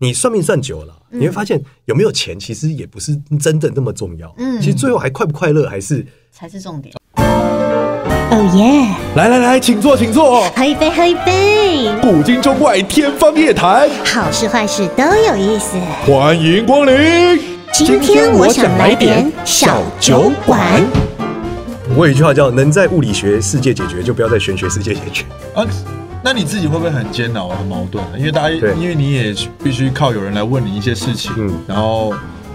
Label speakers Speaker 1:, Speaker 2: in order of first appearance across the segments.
Speaker 1: 你算命算久了，你会发现有没有钱其实也不是真的那么重要。
Speaker 2: 嗯
Speaker 1: 其实最后还快不快乐还是
Speaker 2: 才是重点。
Speaker 3: 哦耶！
Speaker 4: 来来来，请坐，请坐。
Speaker 3: 喝一杯，喝一杯，
Speaker 4: 古今中外，天方夜谭，
Speaker 3: 好事坏事都有意思。
Speaker 4: 欢迎光临。
Speaker 3: 今天我想来点小酒馆。
Speaker 1: 我有一句话叫“能在物理学世界解决，就不要在玄学世界解决
Speaker 5: 啊，那你自己会不会很煎熬、很矛盾？啊因为大家，
Speaker 1: 对
Speaker 5: 因为你也必须靠有人来问你一些事情，
Speaker 1: 嗯
Speaker 5: 然后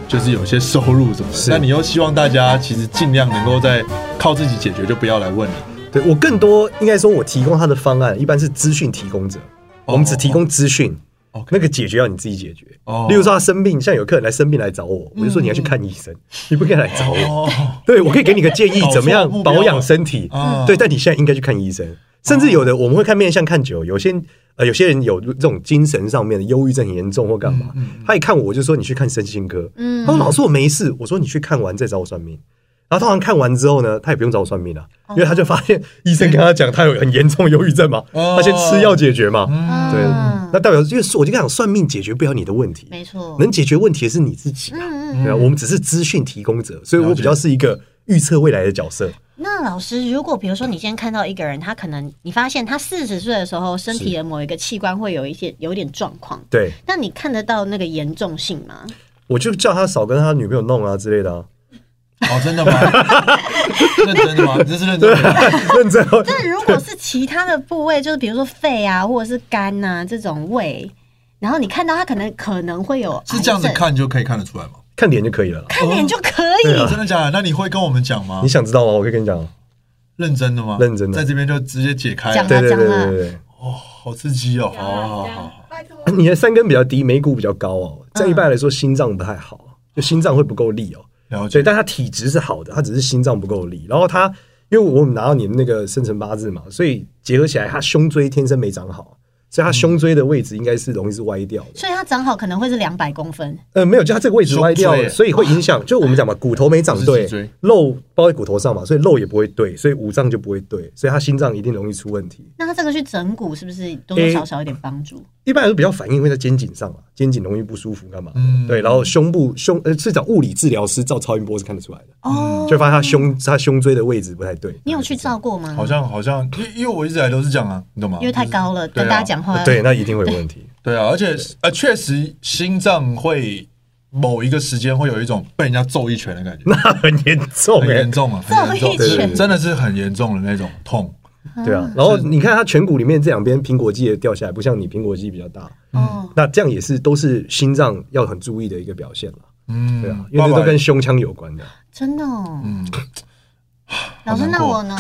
Speaker 5: 就是有些收入什么的。
Speaker 1: 是
Speaker 5: 那你又希望大家其实尽量能够在靠自己解决，就不要来 问你。”
Speaker 1: 对。我更多应该说，我提供他的方案一般是资讯提供者，我们只提供资讯。
Speaker 5: 哦 OK
Speaker 1: 那个解决要你自己解决。
Speaker 5: 哦嗯
Speaker 1: 例如说他生病，像有客人来生病来找我，我就说你要去看医 生，你不可以来找我。
Speaker 5: 哦，
Speaker 1: 对，我可以给你个建议
Speaker 5: 搞，错
Speaker 1: 怎么样
Speaker 5: 目标
Speaker 1: 保养
Speaker 5: 了
Speaker 1: 身体
Speaker 5: 嗯。
Speaker 1: 对，但你现在应该去看医生。甚至
Speaker 5: 哦
Speaker 1: 有的我们会看面相看久，有些呃有些人有这种精神上面的忧郁症很严重或干嘛，
Speaker 5: 嗯
Speaker 1: 他一看我就说你去看身心科。
Speaker 2: 嗯
Speaker 1: 他说老师我没事，我说你去看完再找我算命。然后通常看完之后呢，他也不用找我算命了，因
Speaker 2: 哦
Speaker 1: 为他就发现医生跟他讲他有很严重忧郁症嘛，
Speaker 5: 哦
Speaker 1: 他先吃药解决嘛。对
Speaker 2: 嗯，
Speaker 1: 那代表就是我就跟他讲算命解决不了你的问题，
Speaker 2: 没错，
Speaker 1: 能解决问题的是你自己啊。
Speaker 2: 嗯嗯。
Speaker 1: 对啊，我们只是资讯提供者，所以我比较是一个预测未来的角色。
Speaker 2: 那老师，如果比如说你今天看到一个人，他可能你发现他四十岁的时候，身体的某一个器官会有一些有点状况，
Speaker 1: 对，
Speaker 2: 那你看得到那个严重性吗？
Speaker 1: 我就叫他少跟他女朋友弄啊之类的啊，
Speaker 5: 哦，真的吗？ 认真的吗？你这是认 真的吗？
Speaker 1: 认真哦。
Speaker 2: 但如果是其他的部位，就是比如说肺啊，或者是肝啊这种胃，然后你看到他可能可能会有
Speaker 5: 是这样子
Speaker 2: 癌症，
Speaker 5: 看就可以看得出来吗？
Speaker 1: 看脸就可以了啦。
Speaker 2: 看脸就可
Speaker 1: 对
Speaker 2: 以。
Speaker 1: 啊
Speaker 5: 真的假的？那你会跟我们讲吗
Speaker 1: 你？想知道吗？我可以跟你讲啊。
Speaker 5: 认真的吗？
Speaker 1: 认真的
Speaker 5: 在这边就直接解开
Speaker 2: 讲
Speaker 5: 了，
Speaker 1: 对
Speaker 2: 啊
Speaker 1: 对
Speaker 2: 讲
Speaker 1: 对
Speaker 2: 啊
Speaker 1: 对对
Speaker 5: 好刺激哦！好好好好好，
Speaker 1: 对，你的三根比较低，眉骨比较高哦，在一般来说心脏不太好，就心脏会不够力哦。
Speaker 5: 了解
Speaker 1: 对，。但他体质是好的，他只是心脏不够力。然后他，因为我们拿到你的那个生辰八字嘛，所以结合起来，他胸椎天生没长好，所以他胸椎的位置应该是容易是歪掉的。
Speaker 2: 所以它长好可能会是两百公分，
Speaker 1: 呃，没有，就它这个位置歪掉
Speaker 5: 胸
Speaker 1: 了，
Speaker 5: 椎
Speaker 1: 所以会影响。就我们讲嘛，骨头没长
Speaker 5: 不是
Speaker 1: 对
Speaker 5: 脊椎，
Speaker 1: 肉包在骨头上嘛，所以肉也不会对，所以五脏就不会对，所以他心脏一定容易出问题。
Speaker 2: 那它这个去整骨是不是多多少少有点帮助？
Speaker 1: 一般来说，比较反应会在肩颈上嘛，肩颈容易不舒服，干嘛的？
Speaker 5: 嗯
Speaker 1: 对，然后胸部胸呃，是找物理治疗师照超音波是看得出来的，
Speaker 2: 哦，
Speaker 1: 就发现他胸他胸椎的位置不太对。
Speaker 2: 你有去照过吗？
Speaker 5: 好像好像，因因为我一直以来都是这样啊，你懂吗？
Speaker 2: 因为太高了，
Speaker 5: 就是对
Speaker 2: 跟
Speaker 5: 啊
Speaker 2: 大家讲话
Speaker 1: 呃对，那一定会有问题。
Speaker 5: 对啊，而且呃，确实心脏会某一个时间会有一种被人家揍一拳的感 觉，
Speaker 1: 那很严重
Speaker 5: 很
Speaker 1: 哎、
Speaker 5: 严重啊，很严重，
Speaker 2: 揍一
Speaker 1: 拳
Speaker 5: 对真的是很严重的那种痛。
Speaker 1: 对
Speaker 5: 嗯
Speaker 1: 啊。然后你看他颧骨里面这两边苹果肌也掉下来，不像你苹果肌比较大，
Speaker 2: 哦，
Speaker 1: 那这样也是都是心脏要很注意的一个表现了。
Speaker 5: 嗯，
Speaker 1: 对啊，因为这都跟胸腔有关 的。
Speaker 2: 真的哦。
Speaker 5: 嗯，
Speaker 2: 老师，
Speaker 5: 好难
Speaker 2: 那
Speaker 5: 过
Speaker 2: 我呢？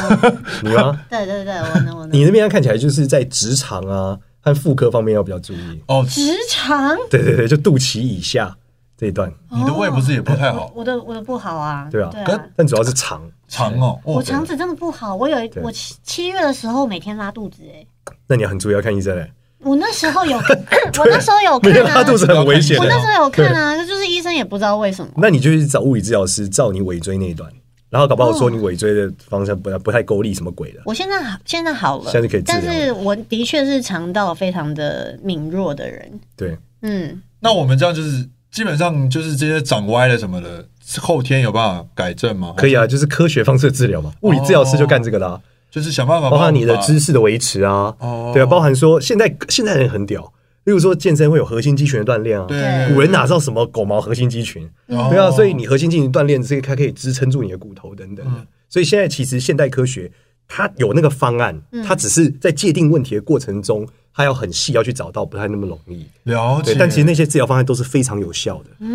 Speaker 1: 你
Speaker 5: 嗯
Speaker 1: 吗？
Speaker 2: 对对对，我呢我呢
Speaker 1: 你？那边看起来就是在职场啊和妇科方面要比较注意。
Speaker 5: 哦，
Speaker 2: 直肠，
Speaker 1: 对对对，就肚脐以下这一段，
Speaker 5: 你的胃不是也不太好，
Speaker 2: 哦我的我的不好啊。
Speaker 1: 对啊但主要是肠。
Speaker 5: 肠哦，哦
Speaker 2: 我肠子真的不好，我有一
Speaker 1: 对
Speaker 2: 我七七月的时候每天拉肚子哎、
Speaker 1: 那你要很注意要看医生嘞，
Speaker 2: 我那时候有，我那时候有
Speaker 1: 每
Speaker 2: 看
Speaker 1: 天
Speaker 2: 啊
Speaker 1: 拉，肚子很危险
Speaker 2: 我
Speaker 1: 的
Speaker 2: 那
Speaker 1: 哦。
Speaker 2: 时候有看啊，就是医生也不知道为什么。
Speaker 1: 那你就去找物理治疗师照你尾椎那一段，然后搞不好说你尾椎的方向不太不太够力，什么鬼的。
Speaker 2: 我现在好，现在好了，
Speaker 1: 现在可以治疗
Speaker 2: 但
Speaker 1: 了
Speaker 2: 是我的确是肠道非常的敏弱的人，
Speaker 1: 对，
Speaker 2: 嗯，
Speaker 5: 那我们这样就是基本上就是这些长歪了什么的，后天有办法改正吗？
Speaker 1: 可以啊，就是科学方式治疗嘛。
Speaker 5: 哦
Speaker 1: 物理治疗师就干这个啦、
Speaker 5: 就是想办法
Speaker 1: 包含你的
Speaker 5: 把
Speaker 1: 知识的维持啊，
Speaker 5: 哦
Speaker 1: 对啊，包含说现在现在人很屌，例如说健身会有核心肌群的锻炼啊，
Speaker 5: 对
Speaker 1: 古人哪知道什么狗毛核心肌群？
Speaker 5: 哦
Speaker 1: 对啊，所以你核心进行锻炼，这个它可以支撑住你的骨头等等的。
Speaker 5: 嗯
Speaker 1: 所以现在其实现代科学它有那个方案，
Speaker 5: 嗯
Speaker 1: 它只是在界定问题的过程中，它要很细要去找到，不太那么容易。
Speaker 5: 了
Speaker 1: 对
Speaker 5: 解，，嗯
Speaker 1: 但其实那些治疗方案都是非常有效的。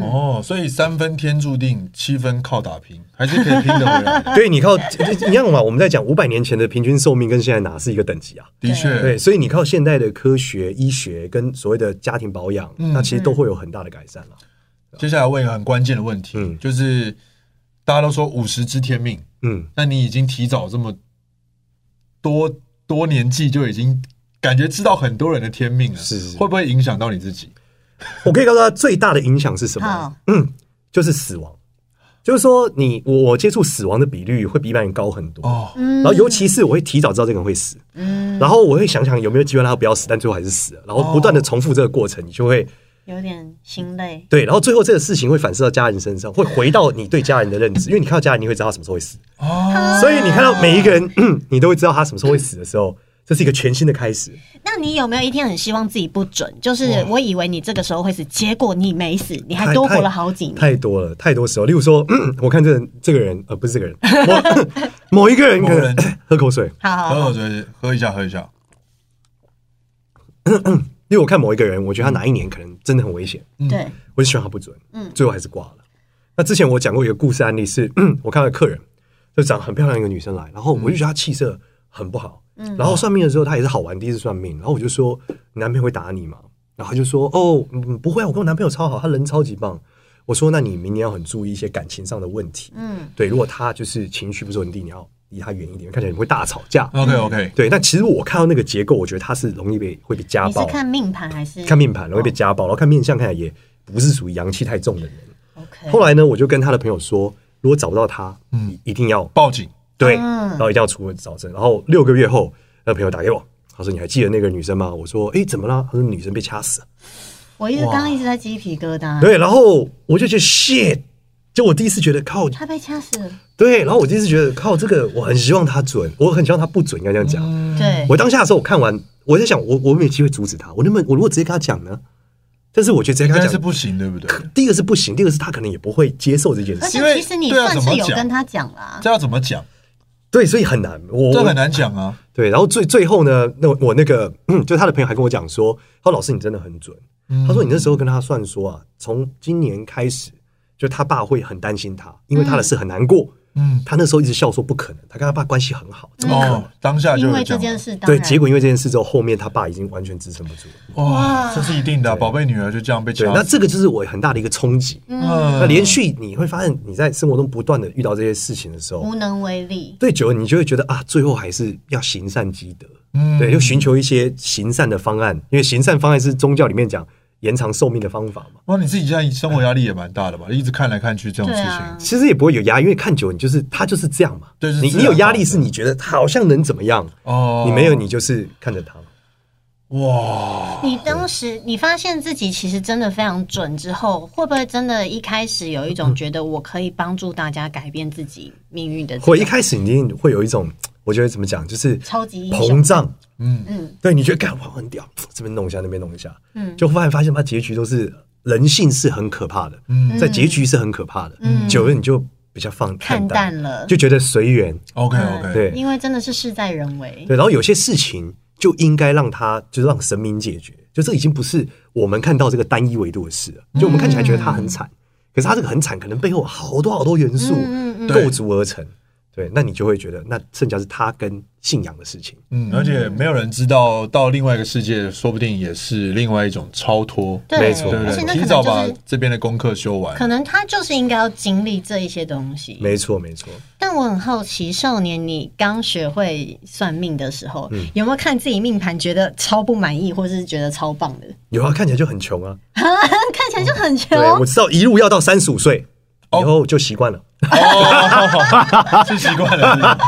Speaker 5: 哦，所以三分天注定，七分靠打拼，还是可以拼得回来的。
Speaker 1: 对你靠一样嘛，我 们在讲五百年前的平均寿命跟现在哪是一个等级啊？
Speaker 5: 的确，
Speaker 1: 对，所以你靠现代的科学、医学跟所谓的家庭保养，那其实都会有很大的改善了。
Speaker 5: 接下来问一个很关键的问题，
Speaker 1: 嗯
Speaker 5: 就是大家都说五十知天命，
Speaker 1: 嗯，
Speaker 5: 那你已经提早这么多多年纪就已经感觉知道很多人的天命了，
Speaker 1: 是是是
Speaker 5: 会不会影响到你自己？
Speaker 1: 我可以告诉大家最大的影响是什么
Speaker 2: 好？
Speaker 1: 嗯，就是死亡。就是说你，我我接触死亡的比率会比一般人高很多。
Speaker 5: 哦，
Speaker 2: 嗯
Speaker 1: 然后尤其是我会提早知道这个人会嗯死，然后我会想想有没有机会让他不要死，但最后还是死了，然后不断的重复这个过程，你就会
Speaker 2: 有点心累。
Speaker 1: 对，然后最后这个事情会反射到家人身上，会回到你对家人的认知，嗯因为你看到家人，你会知道他什么时候会死。
Speaker 5: 哦
Speaker 1: 所以你看到每一个人，嗯你都会知道他什么时候会死的时候，这是一个全新的开始。
Speaker 2: 那你有没有一天很希望自己不准？就是我以为你这个时候会死，结果你没死，你还
Speaker 1: 太
Speaker 2: 多活
Speaker 1: 太
Speaker 2: 了好几年。
Speaker 1: 太多了，太多时候。例如说，嗯我看这人这个人，呃，不是这个人，某 某一个人可
Speaker 5: 某
Speaker 1: 能
Speaker 5: 人
Speaker 1: 喝口水。
Speaker 2: 好好
Speaker 5: 喝
Speaker 2: 好，
Speaker 5: 口水，喝一下，喝一下。
Speaker 1: 因为我看某一个人，我觉得他哪一年可能真的很危险，
Speaker 2: 对，
Speaker 1: 我就希望他不准，
Speaker 2: 嗯
Speaker 1: 最后还是挂了。那之前我讲过一个故事案例是，嗯我看到客人就长得很漂亮一个女生来，然后我就觉得她气色很不好，
Speaker 2: 嗯
Speaker 1: 然后算命的时候她也是好玩，第一次算命，然后我就说你男朋友会打你吗？然后她就说哦、嗯不会啊，我跟我男朋友超好，他人超级棒。我说那你明年要很注意一些感情上的问题，
Speaker 2: 嗯，
Speaker 1: 对，如果他就是情绪不是稳定，你要离他远一点，看起来你会大吵架。嗯
Speaker 5: OK OK，
Speaker 1: 对，但其实我看到那个结构，我觉得他是容易被会被家
Speaker 2: 你是
Speaker 1: 暴，
Speaker 2: 看哦命盘还是
Speaker 1: 看面盘容易被家暴，然后看面相看起来也不是属于阳气太重的人。
Speaker 2: ？OK，
Speaker 1: 后来呢，我就跟他的朋友说，如果找不到他，嗯，一定要
Speaker 5: 报警。
Speaker 1: 对，
Speaker 2: 嗯
Speaker 1: 然后一定要出门找证。然后六个月后，那朋友打给我，他说你还记得那个女生吗？我说诶，怎么了？他说女生被掐死了。
Speaker 2: 我一直刚刚一直在鸡皮疙瘩，
Speaker 1: 对，然后我就觉得 shit，就我第一次觉得靠
Speaker 2: 他被掐死了，
Speaker 1: 对，然后我第一次觉得靠这个，我很希望他准，我很希望他不准，应该这样讲。
Speaker 2: 嗯对，
Speaker 1: 我当下的时候，我看完，我在想，我我有没有机会阻止他？我能不能，我如果直接跟他讲呢？但是我觉得直接
Speaker 5: 应
Speaker 1: 跟他
Speaker 5: 该是
Speaker 1: 讲，
Speaker 5: 不行，对不对？
Speaker 1: 第一个是不行，第二个是他可能也不会接受这件
Speaker 2: 而
Speaker 1: 事。
Speaker 2: 且
Speaker 5: 因为
Speaker 2: 其实你
Speaker 5: 对啊
Speaker 2: 算
Speaker 5: 怎
Speaker 2: 是
Speaker 5: 么
Speaker 2: 有
Speaker 5: 讲
Speaker 2: 跟他讲啦，
Speaker 5: 这要怎么讲？
Speaker 1: 对，所以很难，我
Speaker 5: 这很难讲啊。
Speaker 1: 对。然后最最后呢，那我我那个、嗯、就他的朋友还跟我讲说，他说老师你真的很准。
Speaker 2: 嗯
Speaker 1: 他说你那时候跟他算说啊，从今年开始，就他爸会很担心他，因为他的事很难过。
Speaker 5: 嗯，
Speaker 1: 他那时候一直笑说不可能，他跟他爸关系很好，怎么可能？
Speaker 5: 哦，当下就
Speaker 2: 嗯因
Speaker 5: 有
Speaker 2: 为这
Speaker 5: 讲
Speaker 2: 件
Speaker 5: 了。
Speaker 2: 事，当
Speaker 1: 对，
Speaker 2: 然
Speaker 1: 结果因为这件事之后，后面他爸已经完全支撑不住了。
Speaker 5: 哇，这是一定的啊，宝贝女儿就这样被
Speaker 1: 对，
Speaker 5: 掐
Speaker 1: 那
Speaker 5: 死。
Speaker 1: 这个就是我很大的一个冲击。
Speaker 5: 嗯
Speaker 1: 那连续你会发现你在生活中不断的遇到这些事情的时候
Speaker 5: 嗯
Speaker 2: 无，能为力，
Speaker 1: 对久了你就会觉得啊，最后还是要行善积德，
Speaker 5: 嗯
Speaker 1: 对，就寻求一些行善的方案，因为行善方案是宗教里面讲延长寿命的方法嘛。
Speaker 5: 哇，你自己现在生活压力也蛮大的吧？一直看来看去这种
Speaker 2: 对
Speaker 5: 事
Speaker 2: 啊
Speaker 5: 情，，
Speaker 1: 其实也不会有压力，因为看久了你就是他就是这样嘛。
Speaker 5: 对是
Speaker 1: 你
Speaker 5: 自
Speaker 1: 你
Speaker 5: 然
Speaker 1: 有压力
Speaker 5: 发生
Speaker 1: 是你觉得好像能怎么样，
Speaker 5: 哦
Speaker 1: 你没有你就是看着他嘛。
Speaker 5: 哇，
Speaker 2: 你当时你发现自己其实真的非常准之后，会不会真的一开始有一
Speaker 1: 嗯
Speaker 2: 种觉得我可以帮助大家改变自己命运的这种？
Speaker 1: 或一开始你一定会有一种，我觉得怎么讲，就是
Speaker 2: 超级英雄
Speaker 1: 膨胀，
Speaker 5: 嗯
Speaker 2: 嗯，
Speaker 1: 对，你觉得干哇很屌，这边弄一下，那边弄一下，
Speaker 2: 嗯
Speaker 1: 就忽然发现它结局都是人性是很可怕的，
Speaker 5: 嗯
Speaker 1: 在结局是很可怕的，
Speaker 2: 嗯
Speaker 1: 久了你就比较放
Speaker 2: 看
Speaker 1: 淡
Speaker 2: 淡了，
Speaker 1: 就觉得随缘，
Speaker 5: ，OK
Speaker 2: 嗯
Speaker 5: OK，
Speaker 1: 对
Speaker 2: 因为真的是事在人为，
Speaker 1: 对，然后有些事情就应该让它就是让神明解决，就这已经不是我们看到这个单一维度的事了，
Speaker 2: 嗯
Speaker 1: 就我们看起来觉得它很惨，可是它这个很惨可能背后有好多好多元素
Speaker 2: 嗯嗯嗯
Speaker 1: 构筑而成。对，那你就会觉得，那剩下是他跟信仰的事情。
Speaker 5: 嗯，而且没有人知道到另外一个世界，说不定也是另外一种超脱，
Speaker 2: 对
Speaker 1: 没错
Speaker 5: 对不
Speaker 2: 而且那
Speaker 5: 对？
Speaker 2: 可
Speaker 5: 提
Speaker 2: 能
Speaker 5: 早
Speaker 2: 就
Speaker 5: 把
Speaker 2: 是
Speaker 5: 这边的功课修完，
Speaker 2: 可能他就是应该要经历这一些东西。
Speaker 1: 没错，没错。
Speaker 2: 但我很好奇，少年你刚学会算命的时候，
Speaker 1: 嗯
Speaker 2: 有没有看自己命盘觉得超不满意，或是觉得超棒的？
Speaker 1: 有啊，看起来就很穷啊。
Speaker 2: 看起来就很穷
Speaker 1: 对，，我知道一路要到三十五岁以
Speaker 5: 哦
Speaker 1: 后就习惯了。
Speaker 5: 哦，是习惯了，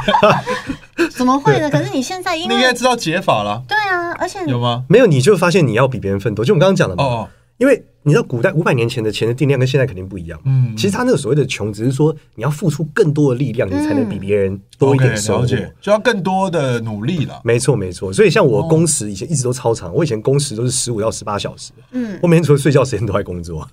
Speaker 2: 怎么会呢？可是你现在
Speaker 5: 是
Speaker 2: 因
Speaker 5: 不是
Speaker 2: 为
Speaker 5: 你应该知道解法了，
Speaker 2: 对啊，而且
Speaker 5: 有吗？
Speaker 1: 没有，你就发现你要比别人奋斗。就我们刚刚讲的嘛，
Speaker 5: 哦哦，
Speaker 1: 因为你知道古代五百年前的钱的定量跟现在肯定不一样。
Speaker 5: 嗯
Speaker 1: 嗯，其实他那个所谓的穷，只是说你要付出更多的力量，你才能比别人多一点
Speaker 5: OK，
Speaker 1: 收
Speaker 5: 了
Speaker 1: 获。
Speaker 5: 解，哦就要更多的努力了。
Speaker 1: 没错，没错。所以像我工时以前一直都超长，我以前工时都是十五到十八小时，
Speaker 2: 嗯，
Speaker 1: 我每天除了睡觉时间都在工作。对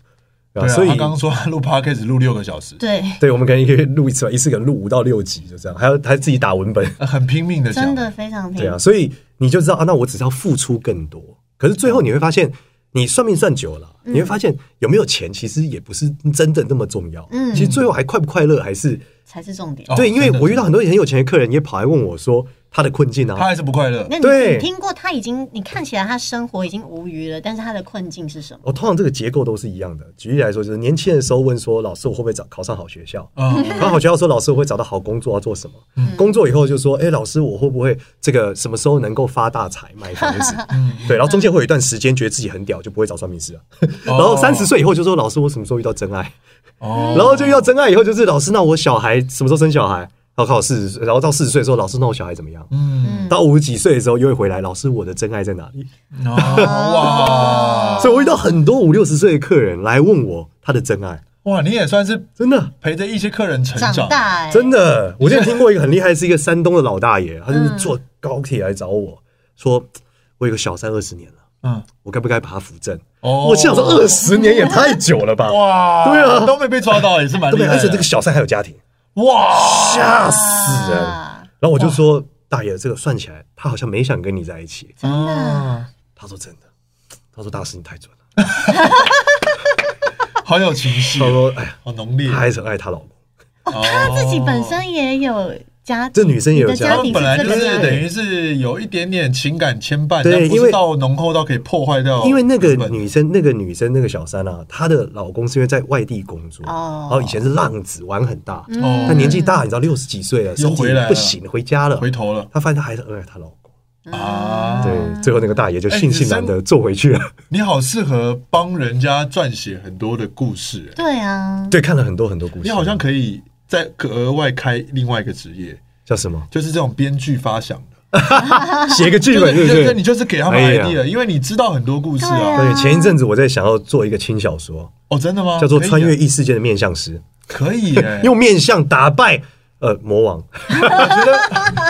Speaker 5: 对啊，
Speaker 1: 所以
Speaker 5: 他刚刚说 他录 podcast 录六个小时，
Speaker 2: 对，
Speaker 1: 对我们可能一个月录一次吧，一次可能录五到六集，就这样，还要还自己打文本。
Speaker 5: 呃很拼命的讲，
Speaker 2: 真的非常拼
Speaker 1: 对啊，，所以你就知道啊，那我只是要付出更多。可是最后你会发现，你算命算久了，嗯你会发现有没有钱其实也不是真的那么重要。
Speaker 2: 嗯
Speaker 1: 其实最后还快不快乐还是
Speaker 2: 才是重点
Speaker 5: 哦。
Speaker 1: 对，因为
Speaker 5: 真的
Speaker 1: 我遇到很多很有钱的客人也跑来问我说他的困境
Speaker 5: 他
Speaker 1: 啊，
Speaker 5: 还是不快乐。
Speaker 2: 那你
Speaker 1: 对
Speaker 2: 你听过他已经，你看起来他生活已经无余了，但是他的困境是什么？
Speaker 1: 我哦通常这个结构都是一样的。举例来说，就是年轻的时候问说老师我会不会找考上好学校，
Speaker 5: 嗯，
Speaker 1: 考上好学校说老师我会找到好工作要做什么，工作以后就说哎、老师我会不会这个什么时候能够发大财买房子？对，然后中间会有一段时间觉得自己很屌，就不会找算命师了。 然后三十岁以后就说老师，我什么时候遇到真爱？
Speaker 5: 哦，
Speaker 1: 然后就遇到真爱以后就是老师，那我小孩什么时候生小孩？然后考四十岁，然后到四十岁的时候，老师那我小孩怎么样？
Speaker 5: 嗯，
Speaker 1: 到五十几岁的时候又会回来，老师我的真爱在哪里？
Speaker 5: 哦哇
Speaker 2: 哦
Speaker 1: 所以我遇到很多五六十岁的客人来问我他的真爱，
Speaker 5: 哇，你也算是
Speaker 1: 真的
Speaker 5: 陪着一些客人成
Speaker 2: 长
Speaker 5: 长，
Speaker 2: 大、欸，
Speaker 1: 真的，我之前听过一个很厉害，是一个山东的老大爷，他就是坐高铁来找我
Speaker 2: 嗯
Speaker 1: 说，我有个小三二十年了，
Speaker 5: 嗯，
Speaker 1: 我该不该把他扶正？
Speaker 5: 哦
Speaker 1: 我心想说二十年也太久了吧？
Speaker 5: 哇，
Speaker 1: 对啊
Speaker 5: 都没被抓到，也是
Speaker 1: 对
Speaker 5: 蛮
Speaker 1: 不
Speaker 5: 厉
Speaker 1: 对？啊而
Speaker 5: 害
Speaker 1: 且这个
Speaker 5: 的，
Speaker 1: 小三还有家庭，
Speaker 5: 哇，
Speaker 1: 吓死人！
Speaker 2: 啊
Speaker 1: 然后我就说，大爷，这个算起来，他好像没想跟你在一起。
Speaker 5: 嗯，
Speaker 1: 他说真的，他说大师你太准了。
Speaker 5: 好有情
Speaker 2: 嗯
Speaker 5: 绪啊
Speaker 1: 他，说，哎呀，
Speaker 5: 好浓烈
Speaker 1: 她，还是很爱她老公。
Speaker 5: 哦
Speaker 2: 他自己本身也有家，
Speaker 1: 这女生也有
Speaker 2: 你的
Speaker 1: 家
Speaker 2: 家
Speaker 5: 他
Speaker 1: 庭
Speaker 5: 们
Speaker 2: 庭
Speaker 5: 本来
Speaker 2: 是这
Speaker 5: 就
Speaker 2: 个
Speaker 5: 是
Speaker 2: 家
Speaker 5: 等
Speaker 2: 庭，
Speaker 5: 于是有一点点情感牵绊，
Speaker 1: 对
Speaker 5: 但
Speaker 1: 因
Speaker 5: 不是
Speaker 1: 为
Speaker 5: 到浓厚到可以破坏掉，
Speaker 1: 因为那个女生，那个女生，那个小三啊，她的老公是因为在外地工作，
Speaker 2: 哦嗯
Speaker 1: 然后以前是浪子，玩很大，
Speaker 5: 哦
Speaker 1: 她年纪大，你知道六十几岁了，
Speaker 5: 又
Speaker 1: 身体
Speaker 5: 回来了
Speaker 1: 不行，回家了，
Speaker 5: 回头了
Speaker 1: 她发现她还是很爱她老公。
Speaker 5: 啊，
Speaker 1: 对，最后那个大爷就悻悻然
Speaker 5: 哎
Speaker 1: 的坐回去了。
Speaker 5: 你好适合帮人家撰写很多的故事、欸
Speaker 2: 对啊，
Speaker 1: 对，看了很多很多故事。
Speaker 5: 你好像可以再额外开另外一个职业，
Speaker 1: 叫什 么？
Speaker 5: 就是这种编剧发想的，
Speaker 1: 写个剧
Speaker 5: 就
Speaker 1: 本，
Speaker 5: 是
Speaker 1: 对不
Speaker 5: 对
Speaker 1: 对？
Speaker 5: 对，你就是给他们
Speaker 1: 哎呀
Speaker 5: idea，、因为你知道很多故事
Speaker 2: 对
Speaker 5: 啊。
Speaker 2: 啊
Speaker 1: 对，前一阵子我在想要做一个轻小说，
Speaker 5: 哦，真的吗？
Speaker 1: 叫做《穿越
Speaker 5: 可以
Speaker 1: 异世界的面相师
Speaker 5: 可以、欸》，，
Speaker 1: 用面相打败呃魔王，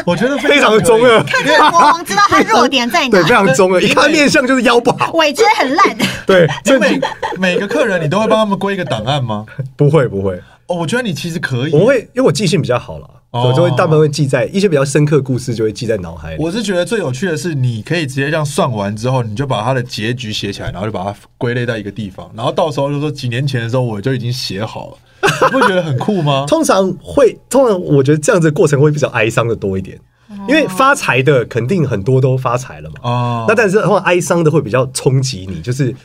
Speaker 5: 我觉得
Speaker 1: 非常中
Speaker 5: 可以。
Speaker 1: 二，
Speaker 2: 看这个国王知道他弱点在
Speaker 1: 对，非
Speaker 2: 哪，
Speaker 1: 常中二，一看面相就是腰不好，
Speaker 2: 尾椎很烂，
Speaker 1: 对，
Speaker 5: 你
Speaker 1: 这
Speaker 5: 每每个客人，你都会帮他们归一个档案吗？
Speaker 1: 不会不会，
Speaker 5: 哦，我觉得你其实可以。
Speaker 1: 我会因为我记性比较好了，
Speaker 5: 哦
Speaker 1: 我就会大部分会记在一些比较深刻的故事就会记在脑海里。
Speaker 5: 我是觉得最有趣的是，你可以直接这样算完之后，你就把它的结局写起来，然后就把它归类到一个地方，然后到时候就说几年前的时候我就已经写好 了，你不觉得很酷吗？
Speaker 1: 通常会，通常我觉得这样子的过程会比较哀伤的多一点，因为发财的肯定很多都发财了嘛。
Speaker 5: 哦
Speaker 1: 那但是的话，哀伤的会比较冲击你，就是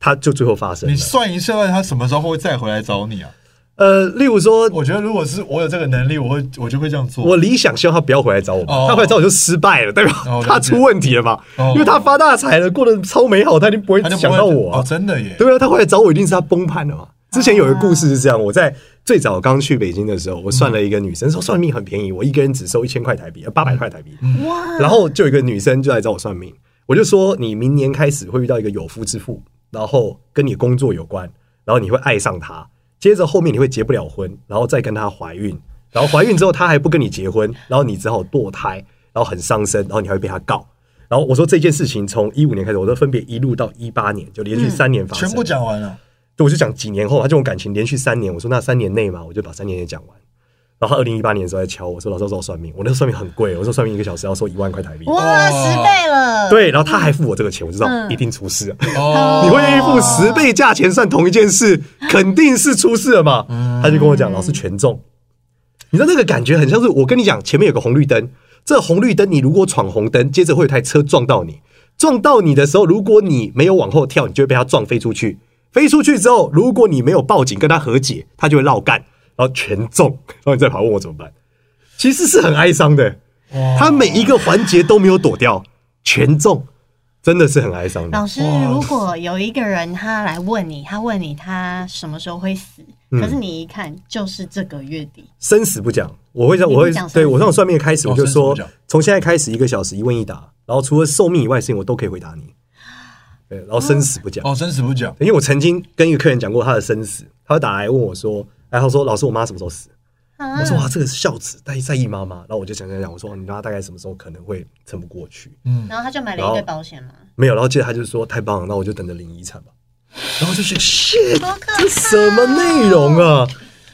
Speaker 1: 它就最后发生
Speaker 5: 你
Speaker 1: 了。
Speaker 5: 算一算他什么时候会再回来找你啊？
Speaker 1: 呃，例如说，
Speaker 5: 我觉得如果是我有这个能力，我会我就会这样做。
Speaker 1: 我理想希望他不要回来找我嘛，
Speaker 5: 哦
Speaker 1: 他回来找我就失败了，代表
Speaker 5: 哦了解
Speaker 1: 他出问题了嘛？
Speaker 5: 哦
Speaker 1: 因为他发大财了，过得超美好，他一定不会
Speaker 5: 他就不
Speaker 1: 想
Speaker 5: 会
Speaker 1: 到我、啊
Speaker 5: 哦，。真的啊耶。
Speaker 1: 对啊，他回来找我一定是他崩盘了嘛。之前有一个故事是这样，我在最早刚去北京的时候，我算了一个女生，说算命很便宜，我一个人只收一千块台币，呃八百块台币。
Speaker 5: 嗯
Speaker 2: 哇，
Speaker 1: 然后就有一个女生就来找我算命，我就说你明年开始会遇到一个有夫之妇，然后跟你工作有关，然后你会爱上他，接着后面你会结不了婚，然后再跟他怀孕，然后怀孕之后他还不跟你结婚，然后你只好堕胎，然后很伤身，然后你还会被他告。然后我说这件事情从一五年开始，我都分别一路到一八年，就连续三年发生。
Speaker 5: 全部讲完了，
Speaker 1: 对，我就讲几年后，他这种感情连续三年，我说那三年内嘛，我就把三年也讲完。然后二零一八年的时候来敲我说老师我找我算命，我那时候算命很贵，我说算命一个小时要收一万块台币。
Speaker 2: 哇，十倍了，
Speaker 1: 对，然后他还付我这个钱，我知道
Speaker 2: 嗯
Speaker 1: 一定出事了。
Speaker 5: 哦
Speaker 1: 你会愿意付十倍价钱算同一件事，肯定是出事了嘛？他就跟我讲，老师全中。你知道那个感觉很像是我跟你讲，前面有个红绿灯，这红绿灯你如果闯红灯，接着会有一台车撞到你，撞到你的时候，如果你没有往后跳，你就会被他撞飞出去。飞出去之后，如果你没有报警跟他和解，他就会绕干，然后全中，然后你再跑来问我怎么办，其实是很哀伤的。他每一个环节都没有躲掉，全中，真的是很哀伤的。
Speaker 2: 老师，如果有一个人他来问你，他问你他什么时候会死，
Speaker 1: 嗯
Speaker 2: 可是你一看就是这个月底，
Speaker 1: 生死不讲，我会这样，
Speaker 2: 你
Speaker 1: 我
Speaker 2: 不
Speaker 1: 会
Speaker 2: 讲
Speaker 1: 对
Speaker 2: 生死
Speaker 1: 我从算命开始，
Speaker 5: 哦
Speaker 1: 我就说
Speaker 5: 生死不讲
Speaker 1: 从现在开始一个小时一问一答，然后除了寿命以外的事情我都可以回答你，对，然后生死不讲，
Speaker 5: 哦，生死不讲，
Speaker 1: 因为我曾经跟一个客人讲过他的生死，他会打来问我说，哎，他说老师我妈什么时候死？
Speaker 2: 啊
Speaker 1: 我说哇，这个是孝子在在意妈妈，然后我就想想想，我说你妈大概什么时候可能会撑不过去？
Speaker 5: 嗯
Speaker 2: 然后他就买了一堆保险嘛，
Speaker 1: 没有，然后接着他就说太棒了，那我就等着领遗产吧。然后就是 shit，
Speaker 2: 好可怕哦
Speaker 1: 这什么内容啊？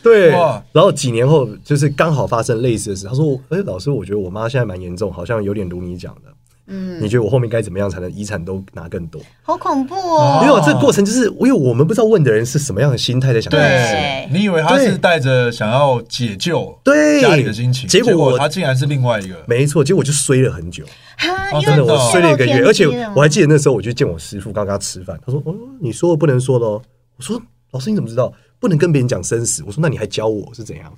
Speaker 1: 对，
Speaker 5: 哇
Speaker 1: 然后几年后就是刚好发生类似的事。他说：“哎、老师，我觉得我妈现在蛮严重，好像有点如你讲的。
Speaker 2: 嗯，
Speaker 1: 你觉得我后面该怎么样才能遗产都拿更多？
Speaker 2: 好恐怖哦，
Speaker 1: 因为我这个过程就是，因为我们不知道问的人是什么样的心态在想这件事。
Speaker 2: 对
Speaker 5: 你以为他是
Speaker 1: 对
Speaker 5: 带着想要解救
Speaker 1: 对
Speaker 5: 家里的心情，
Speaker 1: 结
Speaker 5: 结
Speaker 1: 果我
Speaker 5: 他竟然是另外一个。
Speaker 1: 没错，结果我就衰了很久，
Speaker 2: 哈，
Speaker 5: 哦
Speaker 2: 因为
Speaker 1: 真的，
Speaker 5: 真的
Speaker 1: 我
Speaker 5: 哦
Speaker 1: 衰了一个月，而且我还
Speaker 2: 记
Speaker 1: 记得那时候我去见我师傅，刚跟他吃饭，他说：“哦，你说的不能说的哦。”我说：“老师你怎么知道不能跟别人讲生死？”我说：“那你还教我是怎样？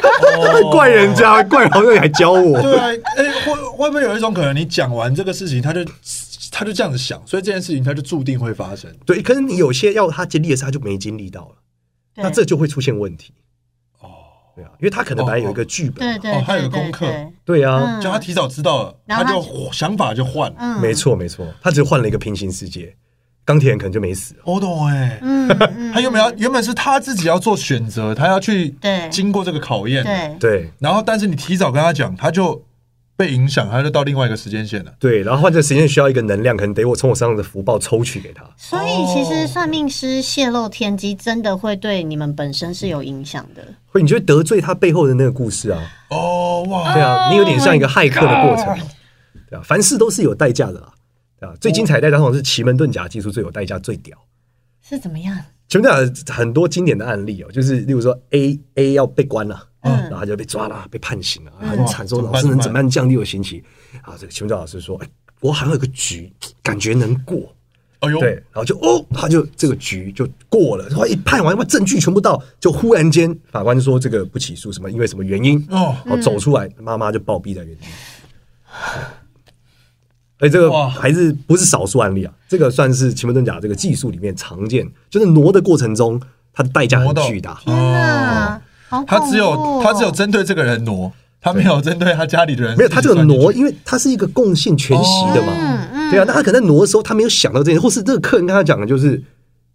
Speaker 1: 怪人家，怪好像你还教我。”
Speaker 5: 对啊，哎、会会不会有一种可能，你讲完这个事情，他就他就这样子想，所以这件事情他就注定会发生。
Speaker 1: 对，可是你有些要他经历的事，他就没经历到了，那这就会出现问题。对啊，因为他可能本来有一个剧本嘛，
Speaker 2: 对对
Speaker 5: 哦嗯还有
Speaker 2: 对
Speaker 5: 个
Speaker 2: 对
Speaker 5: 功课
Speaker 2: 对，
Speaker 1: 对啊，
Speaker 5: 就他提早知道了，
Speaker 2: 嗯然后
Speaker 5: 他
Speaker 2: 他
Speaker 5: 就想法就换了。
Speaker 2: 嗯，
Speaker 1: 没，错没错，他只是换了一个平行世界，钢铁人可能就没死了。
Speaker 5: 我懂哎，
Speaker 2: 嗯嗯，
Speaker 5: 他原本要原本是他自己要做选择，他要去
Speaker 2: 对
Speaker 5: 经过这个考验，
Speaker 2: 对
Speaker 1: 对
Speaker 5: 然后但是你提早跟他讲，他就被影响，他就到另外一个时间线了。
Speaker 1: 对，然后换这个时间需要一个能量，可能得我从我身上的福报抽取给他。
Speaker 2: 所以其实算命师泄露天机，真的会对你们本身是有影响的。
Speaker 1: 会，你就会得罪他背后的那个故事啊。
Speaker 5: 哦 Oh
Speaker 2: 嗯
Speaker 5: 哇，
Speaker 1: 对啊，你有点像一个骇客的过程啊，对啊，凡事都是有代价的啦，对啊，最精彩的代价通常是奇门遁甲技术最有代价最屌。
Speaker 2: 是怎么样？
Speaker 1: 奇门遁甲很多经典的案例哦，就是例如说 A A 要被关了。然后
Speaker 2: 嗯
Speaker 1: 他就被抓了，被判刑了，很惨。说
Speaker 5: 怎么
Speaker 1: 老
Speaker 5: 办
Speaker 1: 师能
Speaker 5: 怎
Speaker 1: 怎
Speaker 5: 么
Speaker 1: 么
Speaker 5: 办
Speaker 1: 样降低我刑期？啊，这个奇门遁甲老师说，哎，我好像有个局，感觉能过。
Speaker 5: 哎呦，
Speaker 1: 对，然后就哦，他就这个局就过了，然后一判完，把证据全部到，就忽然间法官说这个不起诉，什么因为什么原因，
Speaker 5: 哦
Speaker 1: 然后
Speaker 2: 嗯
Speaker 1: 走出来，妈妈就暴毙在原地。哎，这个
Speaker 5: 哇
Speaker 1: 还是不是少数案例啊？这个算是奇门遁甲这个技术里面常见，就是挪的过程中，它的代价
Speaker 5: 挪
Speaker 1: 很
Speaker 5: 到
Speaker 1: 巨大。
Speaker 2: 天哪，好恐怖
Speaker 5: 哦他
Speaker 2: 哦
Speaker 5: 只有他只有针对这个人挪，他没有针对他家里的人。
Speaker 1: 没有，他这个
Speaker 5: 自己算进
Speaker 1: 挪，
Speaker 5: 去
Speaker 1: 因为它是一个共性全息的嘛，
Speaker 2: 嗯嗯
Speaker 1: 对啊，那他可能在挪的时候，他没有想到这件事，或是这个客人跟他讲的就是，